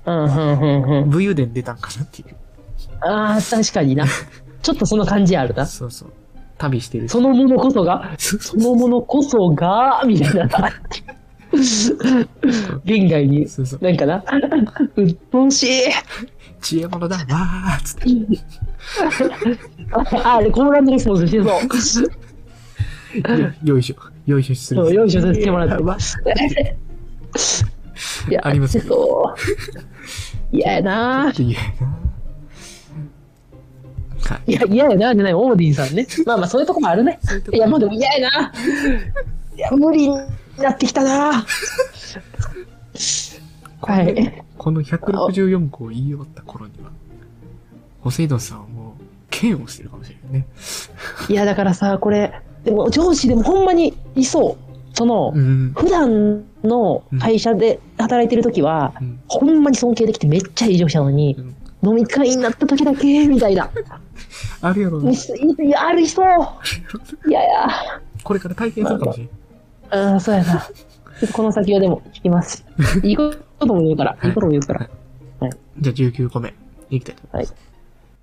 Speaker 2: うんうんうんうん。
Speaker 1: 武勇伝出たんかなっていう。
Speaker 2: ああ、確かにな。ちょっとその感じあるな。
Speaker 1: そうそう。旅してるし。
Speaker 2: そのものこそが、 そのものこそが、みたいな。現外に、
Speaker 1: そうそう。
Speaker 2: なんかな。うっとうしい。
Speaker 1: 知恵者だわーっつって。
Speaker 2: ああ、コーランドレスポンスしてそう。
Speaker 1: よよいしょ。よいしょす
Speaker 2: そ
Speaker 1: る。
Speaker 2: うよいしょさせてもらって
Speaker 1: わ
Speaker 2: いや、
Speaker 1: あります
Speaker 2: してそう。嫌やな。
Speaker 1: って言えな。はい
Speaker 2: や、嫌やな、じゃない、オーディンさんね。まあまあ、そういうとこもあるね。
Speaker 1: い。
Speaker 2: いや、まあでも嫌やな。いや、無理になってきたな。はい。
Speaker 1: この164個を言い終わった頃には、ホセイドンさんはもう、剣をしてるかもしれないね。
Speaker 2: いや、だからさ、これ、でも上司でもほんまにいそう。その、
Speaker 1: うん。
Speaker 2: 普段の会社で働いてる時は、
Speaker 1: うん
Speaker 2: ほんまに尊敬できてめっちゃいい上司なのに、
Speaker 1: うん
Speaker 2: 飲み会になった時だけ、みたいな。
Speaker 1: あるやろな。
Speaker 2: いや、ある人。いやいや。
Speaker 1: これから体験するかもしれない。
Speaker 2: うん、そうやな。この先はでも聞 きます。いいことも言うから、いいことも言うか
Speaker 1: じ
Speaker 2: ら。
Speaker 1: ゃあ19個目。いきたいと思います。
Speaker 2: は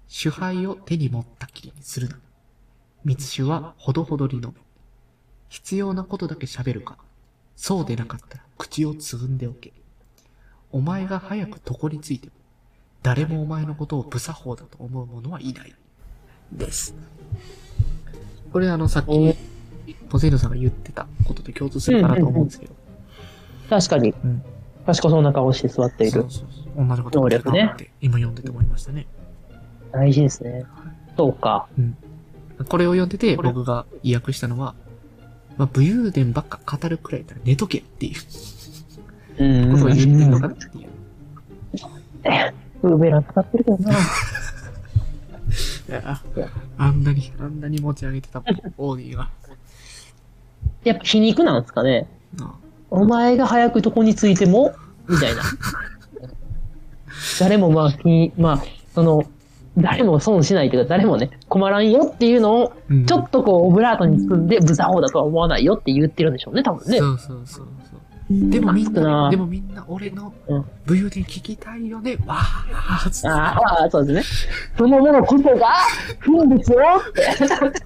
Speaker 1: 主杯を手に持ったきりにするな。密酒はほどほどに飲め。必要なことだけ喋るか。そうでなかったら口をつぐんでおけ。お前が早く床についても、誰もお前のことを無作法だと思う者はいない。です。これあのさっ
Speaker 2: お
Speaker 1: き、ポセイドさんが言ってたことと共通するかなと思うんですけど。
Speaker 2: 確かに
Speaker 1: うん。
Speaker 2: 賢そうな顔して座ってい
Speaker 1: そう。
Speaker 2: る
Speaker 1: そうそう。同じこと言ってたなって、今読んでて思いましたね。
Speaker 2: 大事ですね。そうか。
Speaker 1: これを読んでて、僕が意訳したのは、まあ、武勇伝ばっか語るくらいだら寝とけっていう
Speaker 2: うん
Speaker 1: ことを言ってるのかなっていう。
Speaker 2: ウーベラ使ってるけど な。
Speaker 1: ああんなに、あんなに持ち上げてたもん、オーディが。
Speaker 2: やっぱ皮肉なんですかね。
Speaker 1: な
Speaker 2: お前が早く床についても、みたいな。誰もまあ、気にまあ、その、誰も損しないというか、誰もね、困らんよっていうのを、
Speaker 1: うん
Speaker 2: ちょっとこう、オブラートに包んで、無作法だとは思わないよって言ってるんでしょうね、多
Speaker 1: あ
Speaker 2: 分ね。
Speaker 1: そうそうそうそう。でもみん
Speaker 2: う
Speaker 1: な、
Speaker 2: ん
Speaker 1: でもみんな俺の
Speaker 2: うん
Speaker 1: 武勇伝聞きたいよね、わーつってわ
Speaker 2: ああ、そうですね。そのものこそが、不んですよって
Speaker 1: ー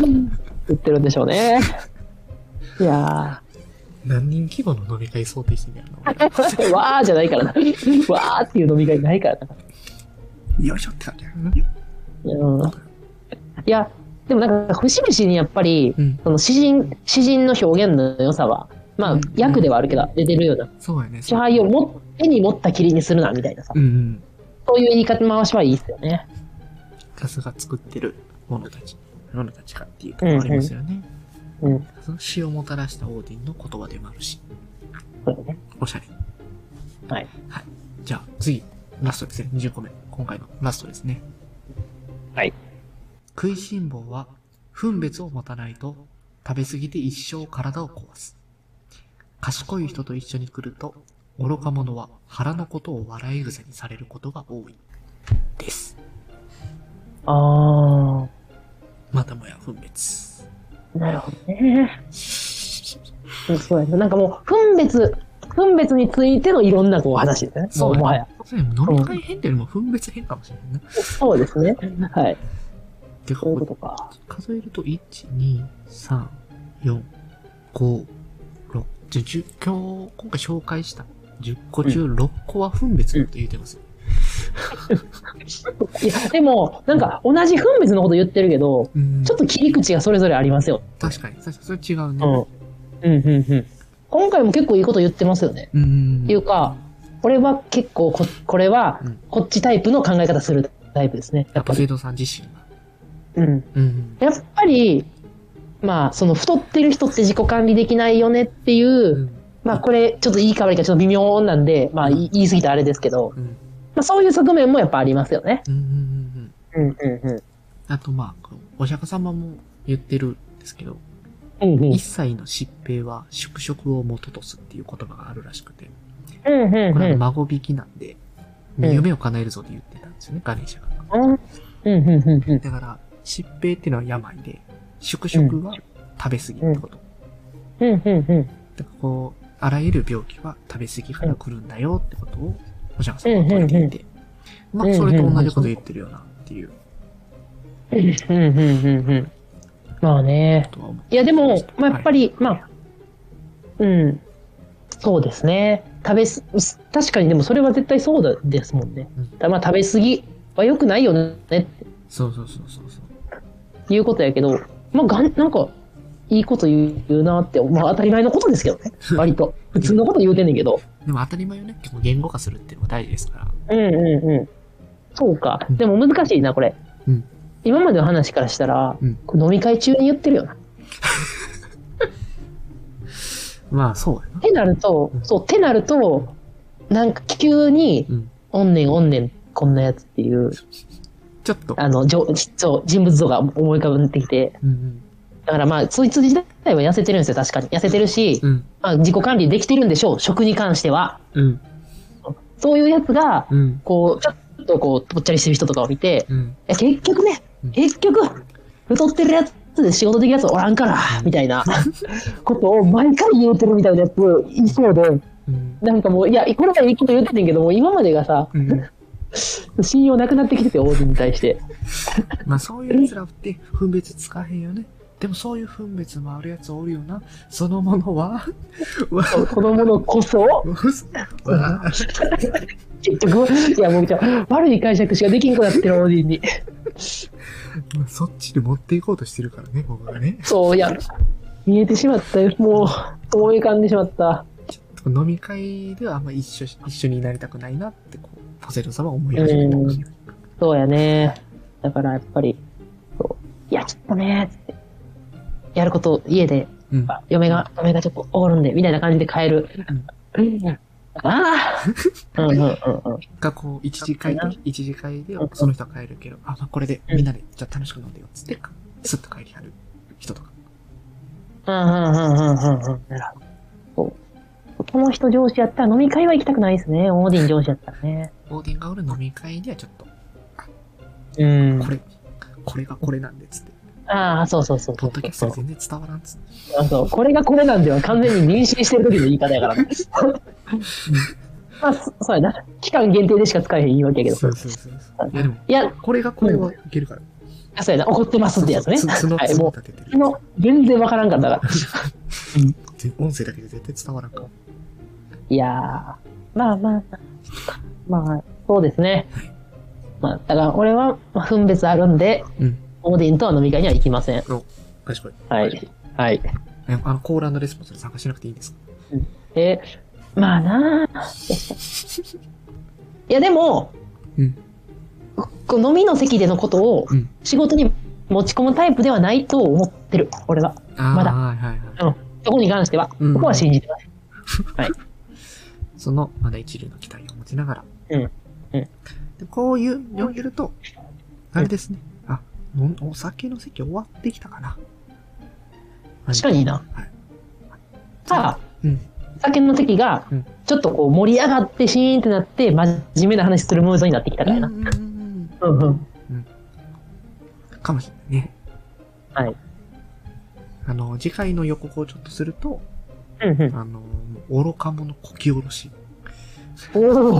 Speaker 2: 言ってるんでしょうね。いや
Speaker 1: 何人規模の飲み会想定してみるの俺
Speaker 2: ー、 わーじゃないからな。わーっていう飲み会ないからな。
Speaker 1: よいしょって感じ。
Speaker 2: うん。いや、でもなんか、節々にやっぱり、
Speaker 1: うん。
Speaker 2: その詩人、詩人の表現の良さは、ま
Speaker 1: う
Speaker 2: あ
Speaker 1: ん、
Speaker 2: 役ではあるけど、出てるような。
Speaker 1: そうやね。
Speaker 2: 支配をも手に持ったきりにするな、みたいなさ
Speaker 1: う。んうん。
Speaker 2: そういう言い方回しはいいですよね。
Speaker 1: さすが作ってる者たち、者たちかっていうところありますよね。
Speaker 2: うん。
Speaker 1: その死をもたらしたオーディンの言葉でもあるし、
Speaker 2: そうだね。
Speaker 1: おしゃれ。
Speaker 2: はい。
Speaker 1: じゃあ、次、ラストですね。20個目。今回のラストですね。
Speaker 2: はい。
Speaker 1: 食いしん坊は、分別を持たないと、食べ過ぎて一生体を壊す。賢い人と一緒に来ると、愚か者は腹のことを笑い癖にされることが多い。です。
Speaker 2: あ
Speaker 1: またもや分別。
Speaker 2: ー、なるほどね。うんそうやね。なんかもう、分別、分別についてのいろんなこう話ですね。
Speaker 1: そう
Speaker 2: ももはや。
Speaker 1: それ飲み会編っていうよりも分別編かもしれないな。
Speaker 2: そうですね。はい。
Speaker 1: てか、
Speaker 2: そういうことか。
Speaker 1: 数えると、1、2、3、4、5、6、じゃ、10、今日、今回紹介した10個中6個は分別のこと言うてます。
Speaker 2: いや、でも、なんか、同じ分別のこと言ってるけど、
Speaker 1: うん
Speaker 2: ちょっと切り口がそれぞれありますよ。
Speaker 1: 確かに。確かに、それ違う
Speaker 2: うん
Speaker 1: ね。。
Speaker 2: うん、うん、うん。今回も結構いいこと言ってますよね。
Speaker 1: うん。
Speaker 2: っていうか、これは結構こ、これは
Speaker 1: うん、
Speaker 2: こっちタイプの考え方するタイプですね。や
Speaker 1: や
Speaker 2: っ
Speaker 1: っぱ、
Speaker 2: ぱり。
Speaker 1: 生徒さん自身が。
Speaker 2: うん。
Speaker 1: うん。
Speaker 2: やっぱり、まあ、その太ってる人って自己管理できないよねっていう、
Speaker 1: うん。
Speaker 2: まあ、これ、ちょっといいか悪いかちょっと微妙なんで、まあ、い言い過ぎたらあれですけど、
Speaker 1: うん
Speaker 2: まあ、そういう側面もやっぱありますよね。
Speaker 1: うんうんうんうん。
Speaker 2: うんうんうん。
Speaker 1: あとまあ、このお釈迦様も言ってるんですけど、
Speaker 2: うんうん
Speaker 1: 一切の疾病は宿食を元とすっていう言葉があるらしくて、
Speaker 2: うんうん
Speaker 1: これ
Speaker 2: う
Speaker 1: は
Speaker 2: ん
Speaker 1: 孫引きなんで、
Speaker 2: うん
Speaker 1: 夢を叶えるぞって言ってたんですよね、ガネーシャが。
Speaker 2: うんうんうんうん
Speaker 1: だから、疾病っていうのは病で、宿食は食べ過ぎってこと。
Speaker 2: うんうんうん
Speaker 1: だからこう、あらゆる病気は食べ過ぎから来るんだよってことを、お釈迦様が説いていて、まあ、それと同じこと言ってるよなっていう
Speaker 2: うんうんうんうんまあね
Speaker 1: ことは思って
Speaker 2: いやでも、ま
Speaker 1: は
Speaker 2: あ、や
Speaker 1: い
Speaker 2: っぱり、まあうんそうですね食べす確かにでもそれは絶対そうだですもんね、
Speaker 1: うん
Speaker 2: だまあ食べ過ぎは良くないよねっ
Speaker 1: そうそうそうそうそう。
Speaker 2: ていうことやけどまあがんなんかいいこと言う言うなって、まあ、当たり前のことですけどね 割と普通のこと言うてんねんけど
Speaker 1: でも当たり前よね、結構言語化するっていうのが大事ですから。
Speaker 2: うんうんうん。そうか。
Speaker 1: うん
Speaker 2: でも難しいな、これ。
Speaker 1: うん
Speaker 2: 今までの話からしたら、
Speaker 1: うん
Speaker 2: これ飲み会中に言ってるよな。っ
Speaker 1: まあ、そうやな。
Speaker 2: てなると
Speaker 1: う、ん
Speaker 2: そう、ってなると、なんか急に、
Speaker 1: うん。
Speaker 2: おんねんおんねん、こんなやつっていう、
Speaker 1: ちょっと。
Speaker 2: あの、じょそう人物像が思い浮かべてきて。
Speaker 1: うん
Speaker 2: だからまあ、そいつ自体は痩せてるんですよ、確かに。痩せてるし、
Speaker 1: うん。うん。
Speaker 2: まあ、自己管理できてるんでしょう、食に関しては。
Speaker 1: うん。
Speaker 2: そういうやつが、
Speaker 1: うん。
Speaker 2: こう、ちょっとこう、ぽっちゃりしてる人とかを見て、
Speaker 1: うん。
Speaker 2: いや結局ね
Speaker 1: うん、
Speaker 2: 結局、太ってるやつで仕事できるやつおらんから、みたいなことを毎回言うてるみたいなやついそうで、
Speaker 1: うん。
Speaker 2: なんかもう、いや、これまで一気に言っててんけど、もう今までがさ、
Speaker 1: うん。
Speaker 2: 信用なくなってきてて、王子に対 して。
Speaker 1: まあ、そういう奴らって分別つかへんよね。でも、そういう分別もあるやつおるよな。そのものは、わ、
Speaker 2: 子供のこそ、
Speaker 1: わ、
Speaker 2: 結局、いや、もうじゃあ悪い解釈しかできんくなってる王子に。
Speaker 1: まあそっちに持っていこうとしてるからね、僕がね。
Speaker 2: そう、いや、見えてしまったよ。もう、思い浮かんでしまった。
Speaker 1: 飲み会ではあんま一緒し、一緒になりたくないなって、こう、ポセロ様は思い始めたかもしれない。
Speaker 2: そうやね。だからやっぱり、そういや、ちょっとね、つってやること家で
Speaker 1: うん。
Speaker 2: あ嫁が、嫁がちょっとおごるんで、みたいな感じで変える。ああうんうんうんうん。
Speaker 1: がこう、一次会で、一次会で、その人は帰るけど、あ、まあ、これで、みんなで、じゃあ楽しく飲んでよ、つって、スッと帰りはる人とか。
Speaker 2: うんうんうんうんうんうん。なるほど。そうこの人上司やったら飲み会は行きたくないですね。オーディン上司やったらね。
Speaker 1: オーディンがおる飲み会にはちょっと、
Speaker 2: うん
Speaker 1: これ、これがこれなんで、つって。
Speaker 2: ああ、そうそうそうそ
Speaker 1: ポ
Speaker 2: う
Speaker 1: ッドキャス
Speaker 2: そ
Speaker 1: ト
Speaker 2: う
Speaker 1: で全然伝わらんっつって。
Speaker 2: あそう。これがこれなんでは完全に妊娠してる時の言い方やから ね。まあ、そそうやな。期間限定でしか使えへん言い訳やけど。
Speaker 1: そうそうそうそう。いやでも、
Speaker 2: いや、
Speaker 1: これがこれはいけるから。
Speaker 2: あそうやな。怒ってますってやつね。
Speaker 1: つつ角、
Speaker 2: はい、
Speaker 1: 角
Speaker 2: もう
Speaker 1: 立ててる。
Speaker 2: 昨日、全然わからんかったから。
Speaker 1: ぜ音声だけで絶対伝わらんから。
Speaker 2: いやー、まあまあ、まあ、そうですね。まあ、だから俺は、まあ、分別あるんで、
Speaker 1: うん
Speaker 2: オーディンとは飲み会には行きません。
Speaker 1: 賢い。
Speaker 2: はい。はい。
Speaker 1: えあの、コーランドレスポンスに参加しなくていいんですか
Speaker 2: え、まあなあ。いや、でも、
Speaker 1: うん
Speaker 2: こう飲みの席でのことを
Speaker 1: うん
Speaker 2: 仕事に持ち込むタイプではないと思ってる、俺は。
Speaker 1: あー
Speaker 2: まだ
Speaker 1: はいはいはい。
Speaker 2: そこに関しては、
Speaker 1: うん
Speaker 2: そこは信じてます。
Speaker 1: その、まだ一流の期待を持ちながら。
Speaker 2: うんうん
Speaker 1: でこういう、読んでると、あれですね。あ、のんお酒の席終わってきたかな。
Speaker 2: 確かにいいな。
Speaker 1: はい
Speaker 2: さあ、
Speaker 1: うん
Speaker 2: 酒の席が
Speaker 1: うん、
Speaker 2: ちょっとこう盛り上がってシーンってなって、真面目な話するムードになってきたからや
Speaker 1: う
Speaker 2: な。
Speaker 1: んうんうん
Speaker 2: うんうん。
Speaker 1: うん。かもしれないね。
Speaker 2: はい。
Speaker 1: あの、次回の予告をちょっとすると、
Speaker 2: うんうん。
Speaker 1: あの、愚か者こき下ろし。
Speaker 2: おお。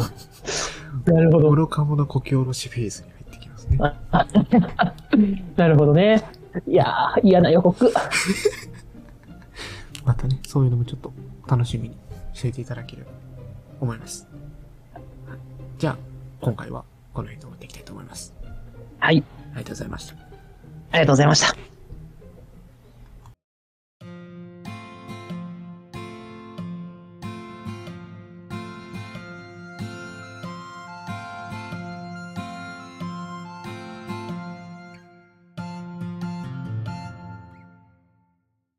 Speaker 2: なるほど。
Speaker 1: 愚か者こき下ろしフェーズに入ってきますね。
Speaker 2: なるほどね。いやー、嫌な予告。
Speaker 1: またね、そういうのもちょっと楽しみにしていていただければと思います。はいじゃあ、今回はこの辺で終わっていきたいと思います。
Speaker 2: はい。
Speaker 1: ありがとうございました。
Speaker 2: ありがとうございました。